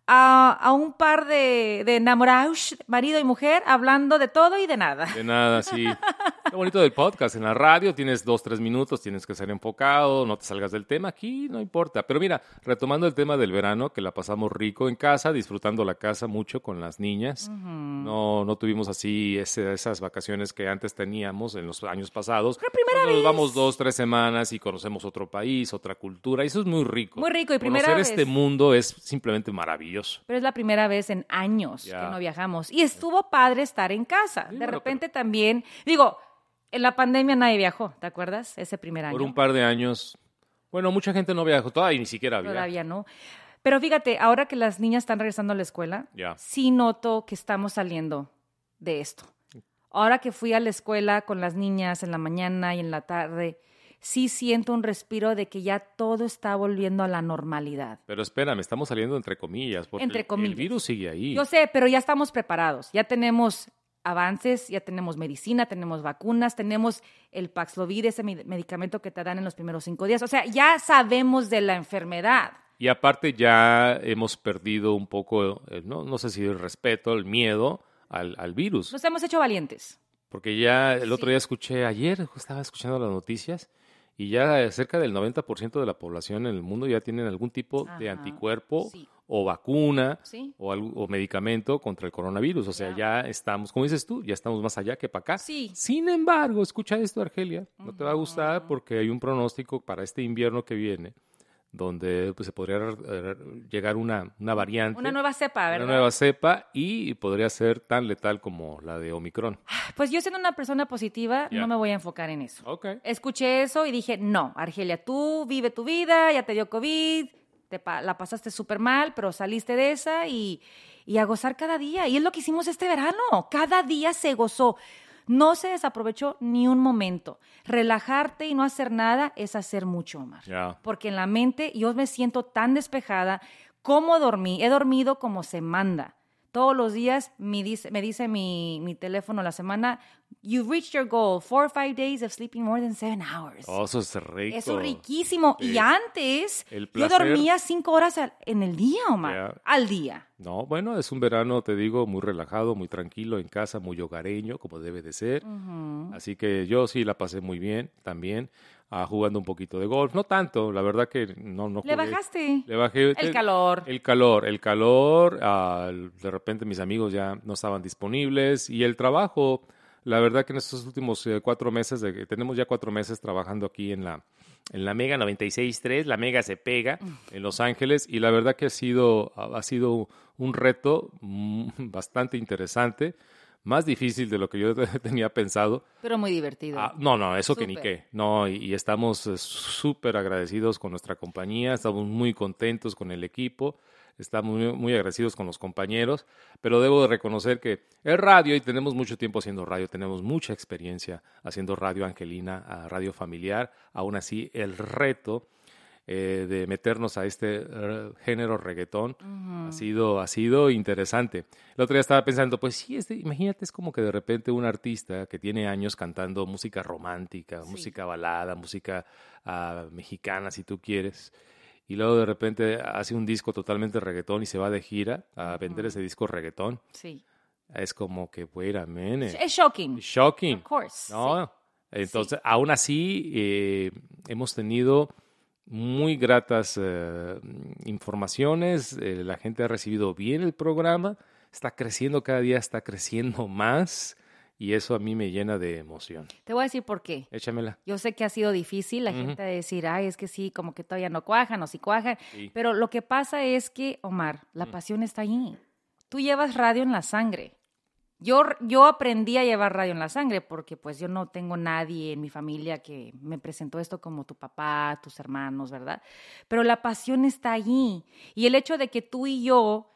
Speaker 2: a, a un par de, de enamorados, marido y mujer, hablando de todo y de nada.
Speaker 1: De nada, sí. Lo bonito del podcast. En la radio tienes dos, tres minutos, tienes que ser enfocado, no te salgas del tema. Aquí no importa. Pero mira, retomando el tema del verano, que la pasamos rico en casa, disfrutando la casa mucho con las niñas. No no tuvimos así ese- esas vacaciones que antes teníamos en los años pasados.
Speaker 2: Pero primera
Speaker 1: Nos
Speaker 2: vez.
Speaker 1: vamos dos, tres semanas y conocemos otro país, otra cultura. Y eso es muy rico.
Speaker 2: Muy rico, y primera
Speaker 1: Conocer
Speaker 2: vez.
Speaker 1: este mundo es simplemente maravilloso.
Speaker 2: Pero es la primera vez en años
Speaker 1: Ya.
Speaker 2: que no viajamos. Y estuvo padre estar en casa.
Speaker 1: Sí,
Speaker 2: de
Speaker 1: bueno,
Speaker 2: repente también, digo, en la pandemia nadie viajó, ¿te acuerdas? Ese primer año.
Speaker 1: Por un par de años. Bueno, mucha gente no viajó todavía, ni siquiera viaja.
Speaker 2: Todavía no. Pero fíjate, ahora que las niñas están regresando a la escuela,
Speaker 1: Ya.
Speaker 2: sí noto que estamos saliendo de esto. Ahora que fui a la escuela con las niñas en la mañana y en la tarde, sí siento un respiro de que ya todo está volviendo a la normalidad.
Speaker 1: Pero espérame, estamos saliendo entre comillas, porque
Speaker 2: Entre
Speaker 1: el-
Speaker 2: comillas.
Speaker 1: el virus sigue ahí.
Speaker 2: Yo sé, pero ya estamos preparados, ya tenemos avances, ya tenemos medicina, tenemos vacunas, tenemos el Paxlovid, ese med- medicamento que te dan en los primeros cinco días. O sea, ya sabemos de la enfermedad.
Speaker 1: Y aparte ya hemos perdido un poco, eh, no, no sé si el respeto, el miedo al, al virus.
Speaker 2: Nos hemos hecho valientes.
Speaker 1: Porque ya el
Speaker 2: Sí.
Speaker 1: otro día escuché, ayer estaba escuchando las noticias y ya cerca del 90% de la población en el mundo ya tienen algún tipo de
Speaker 2: Ajá,
Speaker 1: anticuerpo
Speaker 2: sí.
Speaker 1: o vacuna
Speaker 2: Sí.
Speaker 1: o, algo- o medicamento contra el coronavirus. O sea, ya estamos, como dices tú, ya estamos más allá que para acá.
Speaker 2: Sí.
Speaker 1: Sin embargo, escucha esto, Argelia, no te va a gustar porque hay un pronóstico para este invierno que viene donde pues, se podría eh, llegar una, una variante,
Speaker 2: Una nueva cepa,
Speaker 1: una
Speaker 2: ¿verdad?
Speaker 1: nueva cepa y podría ser tan letal como la de Omicron.
Speaker 2: Pues yo siendo una persona positiva,
Speaker 1: Ya.
Speaker 2: no me voy a enfocar en eso.
Speaker 1: Ok.
Speaker 2: Escuché eso y dije, no, Argelia, tú vive tu vida, ya te dio COVID, te pa- la pasaste súper mal, pero saliste de esa y, y a gozar cada día. Y es lo que hicimos este verano, cada día se gozó. No se desaprovechó ni un momento. Relajarte y no hacer nada es hacer mucho, Omar.
Speaker 1: Ya.
Speaker 2: Porque en la mente yo me siento tan despejada, cómo dormí, he dormido como se manda. Todos los días me dice, me dice mi, mi teléfono la semana, you've reached your goal, four or five days of sleeping more than seven hours.
Speaker 1: Oh, eso es rico.
Speaker 2: Eso es riquísimo.
Speaker 1: Sí.
Speaker 2: Y antes
Speaker 1: El
Speaker 2: yo
Speaker 1: placer.
Speaker 2: dormía cinco horas al- en el día, Omar,
Speaker 1: Ya.
Speaker 2: al día.
Speaker 1: No, bueno, es un verano, te digo, muy relajado, muy tranquilo en casa, muy hogareño, como debe de ser. Así que yo sí la pasé muy bien también, ah, jugando un poquito de golf. No tanto, la verdad que no, no
Speaker 2: Le
Speaker 1: jugué.
Speaker 2: bajaste
Speaker 1: Le bajé.
Speaker 2: el calor.
Speaker 1: El calor, el calor. ah, de repente mis amigos ya no estaban disponibles y el trabajo. La verdad que en estos últimos eh, cuatro meses, de que tenemos ya cuatro meses trabajando aquí en la, en la Mega 96.3, la Mega se pega
Speaker 2: Mm.
Speaker 1: en Los Ángeles y la verdad que ha sido, ha ha sido un reto mm, bastante interesante, más difícil de lo que yo tenía pensado,
Speaker 2: pero muy divertido.
Speaker 1: Ah, no, no, eso que ni
Speaker 2: Súper.
Speaker 1: qué. No, y, y estamos eh, súper agradecidos con nuestra compañía, estamos muy contentos con el equipo, estamos muy, muy agradecidos con los compañeros, pero debo de reconocer que es radio y tenemos mucho tiempo haciendo radio, tenemos mucha experiencia haciendo radio angelina, a radio familiar, aún así el reto eh, de meternos a este eh, género reggaetón ha sido ha sido interesante. El otro día estaba pensando, pues sí, este, imagínate, es como que de repente un artista que tiene años cantando música romántica,
Speaker 2: Sí.
Speaker 1: música balada, música ah, mexicana, si tú quieres, y luego de repente hace un disco totalmente reggaetón y se va de gira a vender ese disco reggaetón.
Speaker 2: sí.
Speaker 1: Es como que, wait a minute.
Speaker 2: Es shocking.
Speaker 1: Shocking.
Speaker 2: Of course.
Speaker 1: ¿no? Entonces, aún así, eh, hemos tenido muy gratas eh, informaciones, eh, la gente ha recibido bien el programa, está creciendo cada día, está creciendo más y eso a mí me llena de emoción.
Speaker 2: sí. Te voy a decir por qué.
Speaker 1: Échamela.
Speaker 2: Yo sé que ha sido difícil la
Speaker 1: Ujú.
Speaker 2: gente va a decir, ay, es que sí, como que todavía no cuajan o sí cuajan.
Speaker 1: Sí.
Speaker 2: Pero lo que pasa es que, Omar, la pasión está allí. Tú llevas radio en la sangre. Yo, yo aprendí a llevar radio en la sangre porque pues yo no tengo nadie en mi familia que me presentó esto como tu papá, tus hermanos, ¿verdad? Pero la pasión está allí. Y el hecho de que tú y yo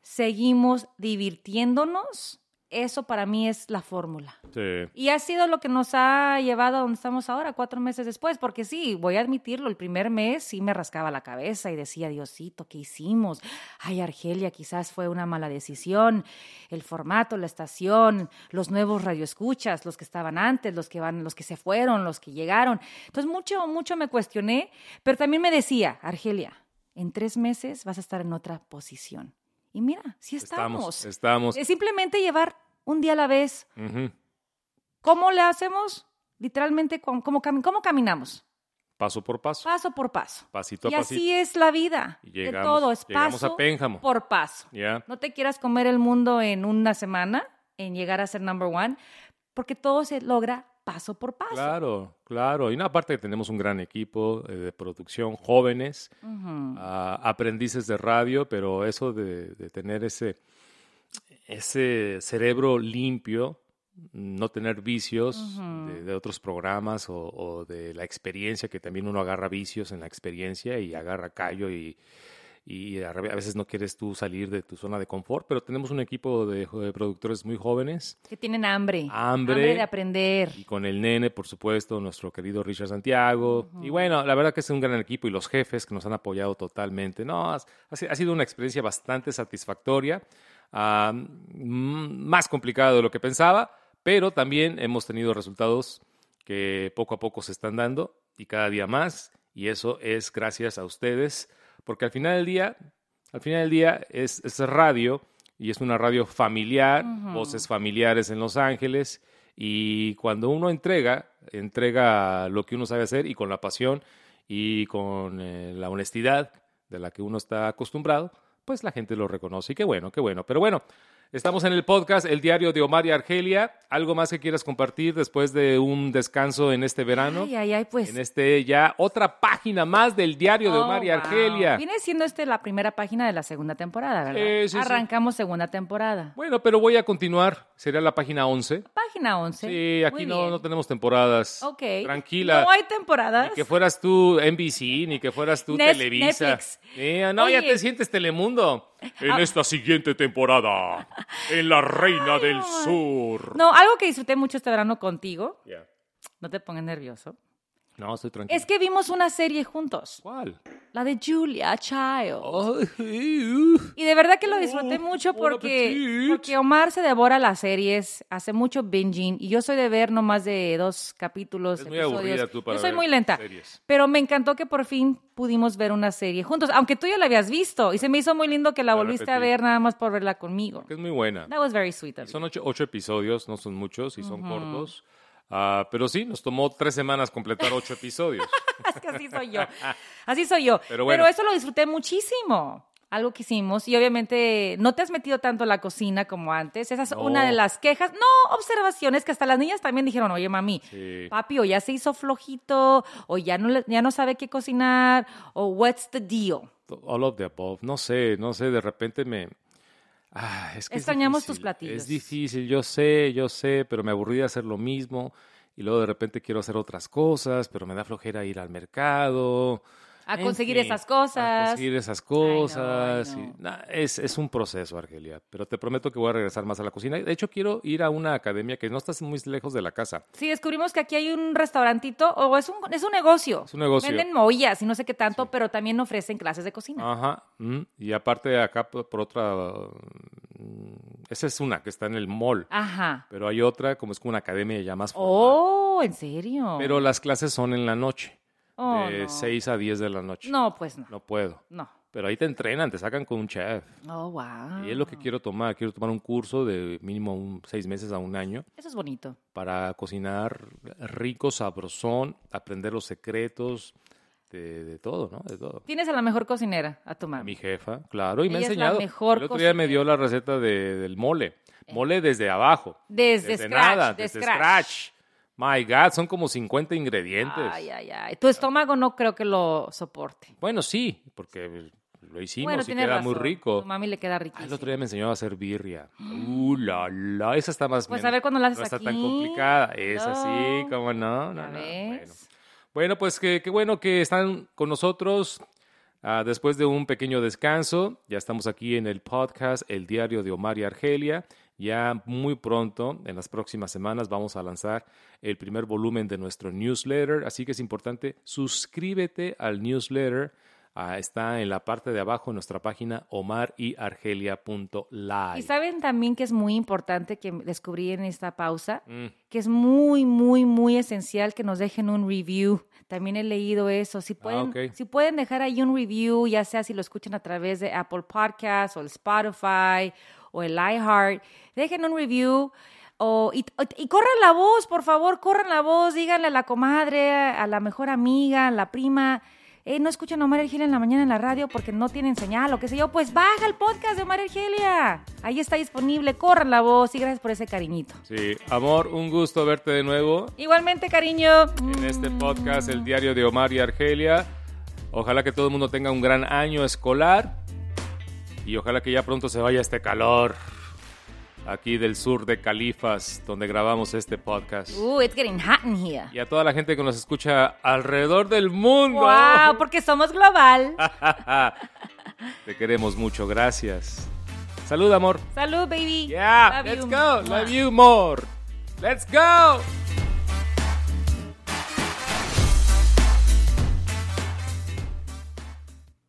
Speaker 2: seguimos divirtiéndonos, eso para mí es la fórmula.
Speaker 1: Sí.
Speaker 2: Y ha sido lo que nos ha llevado a donde estamos ahora, cuatro meses después, porque sí, voy a admitirlo, el primer mes sí me rascaba la cabeza y decía, Diosito, ¿qué hicimos? Ay, Argelia, quizás fue una mala decisión, el formato, la estación, los nuevos radioescuchas, los que estaban antes, los que van, los que se fueron, los que llegaron. Entonces, mucho, mucho me cuestioné, pero también me decía, Argelia, en tres meses vas a estar en otra posición. Y mira, sí estamos. Eh,
Speaker 1: Estamos. Estamos.
Speaker 2: Es simplemente llevar un día a la vez,
Speaker 1: Ujú.
Speaker 2: ¿Cómo le hacemos? Literalmente, ¿cómo, cómo cami- cómo caminamos?
Speaker 1: Paso por paso,
Speaker 2: Paso por paso.
Speaker 1: pasito a
Speaker 2: y
Speaker 1: pasito.
Speaker 2: así es la vida.
Speaker 1: Y
Speaker 2: de
Speaker 1: llegamos,
Speaker 2: todo es
Speaker 1: llegamos
Speaker 2: paso
Speaker 1: a Pénjamo.
Speaker 2: por paso.
Speaker 1: Ya.
Speaker 2: No te quieras comer el mundo en una semana, en llegar a ser number one, porque todo se logra paso por paso.
Speaker 1: Claro, claro. Y una parte que tenemos un gran equipo eh, de producción, jóvenes,
Speaker 2: Ujú.
Speaker 1: a aprendices de radio, pero eso de, de tener ese, ese cerebro limpio, no tener vicios
Speaker 2: Ujú.
Speaker 1: de, de otros programas o, o de la experiencia, que también uno agarra vicios en la experiencia y agarra callo y, y a re- a veces no quieres tú salir de tu zona de confort, pero tenemos un equipo de, jo- de productores muy jóvenes
Speaker 2: Que tienen hambre.
Speaker 1: Hambre.
Speaker 2: de aprender.
Speaker 1: y con el nene, por supuesto, nuestro querido Richard Santiago. Y bueno, la verdad que es un gran equipo y los jefes que nos han apoyado totalmente. No, has- ha, si- ha sido una experiencia bastante satisfactoria, ah, mm, más complicada de lo que pensaba, pero también hemos tenido resultados que poco a poco se están dando y cada día más. Y eso es gracias a ustedes, porque al final del día, al final del día es, es radio y es una radio familiar,
Speaker 2: Ujú.
Speaker 1: voces familiares en Los Ángeles. Y cuando uno entrega, entrega lo que uno sabe hacer y con la pasión y con eh, la honestidad de la que uno está acostumbrado, pues la gente lo reconoce. Y qué bueno, qué bueno. Pero bueno, estamos en el podcast El Diario de Omar y Argelia. ¿Algo más que quieras compartir después de un descanso en este verano?
Speaker 2: Ay, ay, ay, pues.
Speaker 1: En este ya otra página más del Diario de
Speaker 2: Oh,
Speaker 1: Omar y
Speaker 2: wow.
Speaker 1: Argelia.
Speaker 2: Viene siendo este la primera página de la segunda temporada, ¿verdad?
Speaker 1: Sí, sí, sí.
Speaker 2: Arrancamos segunda temporada.
Speaker 1: Bueno, pero voy a continuar. Sería la página 11.
Speaker 2: Página 11.
Speaker 1: Sí,
Speaker 2: Muy
Speaker 1: aquí no,
Speaker 2: bien.
Speaker 1: no tenemos temporadas.
Speaker 2: Ok.
Speaker 1: Tranquila.
Speaker 2: No hay temporadas.
Speaker 1: Ni que fueras tú NBC, ni que fueras tú
Speaker 2: Nes-
Speaker 1: Televisa.
Speaker 2: Netflix.
Speaker 1: Eh, no, ya
Speaker 2: Oye. Ah.
Speaker 1: te sientes Telemundo. En esta siguiente temporada, en La Reina del Sur.
Speaker 2: No, algo que disfruté mucho este verano contigo,
Speaker 1: Ya.
Speaker 2: no te pongas nervioso,
Speaker 1: No, estoy tranquilo.
Speaker 2: es que vimos una serie juntos,
Speaker 1: ¿Cuál?
Speaker 2: la de Julia Child.
Speaker 1: Oh. Ay, uf.
Speaker 2: Y de verdad que lo disfruté
Speaker 1: Oh,
Speaker 2: mucho
Speaker 1: bon
Speaker 2: porque,
Speaker 1: appetit.
Speaker 2: porque Omar se devora las series, hace mucho binging y yo soy de ver no más de dos capítulos.
Speaker 1: Es muy
Speaker 2: episodios.
Speaker 1: aburrida tú para
Speaker 2: Yo soy
Speaker 1: ver
Speaker 2: muy lenta.
Speaker 1: series.
Speaker 2: Pero me encantó que por fin pudimos ver una serie juntos, aunque tú ya la habías visto y se me hizo muy lindo que la,
Speaker 1: La
Speaker 2: volviste a
Speaker 1: repetí.
Speaker 2: ver nada más por verla conmigo.
Speaker 1: Que es muy buena.
Speaker 2: That was very sweet of you.
Speaker 1: Son ocho, ocho episodios, no son muchos y son cortos. Ah, pero sí, nos tomó tres semanas completar ocho episodios.
Speaker 2: Es que así soy yo. Así soy yo.
Speaker 1: Pero
Speaker 2: Pero,
Speaker 1: bueno.
Speaker 2: eso lo disfruté muchísimo. Algo que hicimos. Y obviamente no te has metido tanto a la cocina como antes. Esa es
Speaker 1: No.
Speaker 2: una de las quejas. No, observaciones que hasta las niñas también dijeron, oye, mami,
Speaker 1: Sí.
Speaker 2: papi, o ya se hizo flojito, o ya no, le- ya no sabe qué cocinar, o what's the deal.
Speaker 1: All of the above. No sé, no sé, de repente me... Ah, es que es
Speaker 2: Extrañamos
Speaker 1: difícil,
Speaker 2: tus platillos.
Speaker 1: Es difícil, yo sé, yo sé, pero me aburrí de hacer lo mismo y luego de repente quiero hacer otras cosas, pero me da flojera ir al mercado.
Speaker 2: A
Speaker 1: En
Speaker 2: conseguir
Speaker 1: fin,
Speaker 2: esas cosas.
Speaker 1: A conseguir esas
Speaker 2: know, I
Speaker 1: cosas. y-
Speaker 2: know.
Speaker 1: nah, es, es un proceso, Argelia, pero te prometo que voy a regresar más a la cocina. De hecho, quiero ir a una academia que no está muy lejos de la casa.
Speaker 2: Sí, descubrimos que aquí hay un restaurantito, o es un, es un negocio.
Speaker 1: Es un negocio.
Speaker 2: Venden mollas y no sé qué tanto, pero también ofrecen clases de cocina.
Speaker 1: Ajá. mm, Y aparte acá por, por otra... mm, Esa es una que está en el mall.
Speaker 2: Ajá.
Speaker 1: Pero hay otra, como es como una academia ya más formal.
Speaker 2: Oh, ¿en serio?
Speaker 1: Pero las clases son en la noche.
Speaker 2: Oh,
Speaker 1: de
Speaker 2: no.
Speaker 1: 6 a 10 de la noche.
Speaker 2: No, pues no.
Speaker 1: No puedo.
Speaker 2: No.
Speaker 1: Pero ahí te entrenan, te sacan con un chef.
Speaker 2: Oh, wow.
Speaker 1: Y es lo que quiero tomar. Quiero tomar un curso de mínimo un, seis meses a un año
Speaker 2: Eso es bonito.
Speaker 1: para cocinar rico, sabrosón, aprender los secretos de, de todo, ¿no? De todo.
Speaker 2: Tienes a la mejor cocinera, a tu
Speaker 1: A
Speaker 2: mami.
Speaker 1: mi jefa, claro, y me ha
Speaker 2: Ella es la
Speaker 1: enseñado.
Speaker 2: mejor Eh.
Speaker 1: el otro día me dio la receta de- del mole. Mole desde abajo.
Speaker 2: Desde scratch, de
Speaker 1: desde
Speaker 2: scratch.
Speaker 1: scratch. My God, son como 50 ingredientes.
Speaker 2: Ay, ay, ay. Tu estómago no creo que lo soporte.
Speaker 1: Bueno, sí, porque lo hicimos
Speaker 2: bueno,
Speaker 1: y
Speaker 2: tienes
Speaker 1: queda
Speaker 2: razón.
Speaker 1: muy rico.
Speaker 2: Tu mami le queda
Speaker 1: Ah,
Speaker 2: riquísimo.
Speaker 1: el otro día me enseñó a hacer birria. Uh, la, la. Esa está más
Speaker 2: Pues
Speaker 1: bien-
Speaker 2: a ver cuando la haces
Speaker 1: No está tan
Speaker 2: aquí.
Speaker 1: complicada. Esa sí,
Speaker 2: No.
Speaker 1: cómo no. no,
Speaker 2: ¿Ya
Speaker 1: no. Bueno.
Speaker 2: ves?
Speaker 1: Bueno, pues que- qué bueno que están con nosotros ah, después de un pequeño descanso. Ya estamos aquí en el podcast El Diario de Omar y Argelia. Ya muy pronto, en las próximas semanas, vamos a lanzar el primer volumen de nuestro newsletter. Así que es importante, suscríbete al newsletter. Ah, está en la parte de abajo en nuestra página omaryargelia.live.
Speaker 2: Y saben también que es muy importante que descubrí en esta pausa,
Speaker 1: Mm.
Speaker 2: que es muy, muy, muy esencial que nos dejen un review. También he leído eso. Si pueden,
Speaker 1: ok.
Speaker 2: si pueden dejar ahí un review, ya sea si lo escuchan a través de Apple Podcasts o el Spotify o el iHeart, dejen un review. o- y, y corran la voz, por favor, corran la voz, díganle a la comadre, a la mejor amiga, a la prima, eh, no escuchan a Omar Argelia en la mañana en la radio porque no tienen señal o qué sé yo, pues baja el podcast de Omar Argelia. Ahí está disponible, corran la voz y gracias por ese cariñito.
Speaker 1: Sí, amor, un gusto verte de nuevo.
Speaker 2: Igualmente, cariño. Mm.
Speaker 1: en este podcast El Diario de Omar y Argelia. Ojalá que todo el mundo tenga un gran año escolar y ojalá que ya pronto se vaya este calor aquí del sur de Califas, donde grabamos este podcast.
Speaker 2: Ooh, it's getting hot in here.
Speaker 1: Y a toda la gente que nos escucha alrededor del mundo.
Speaker 2: Wow, porque somos global.
Speaker 1: Te queremos mucho, gracias. Salud, amor.
Speaker 2: Salud, baby.
Speaker 1: Yeah,
Speaker 2: Love
Speaker 1: let's
Speaker 2: you.
Speaker 1: go. Love you more. Let's go.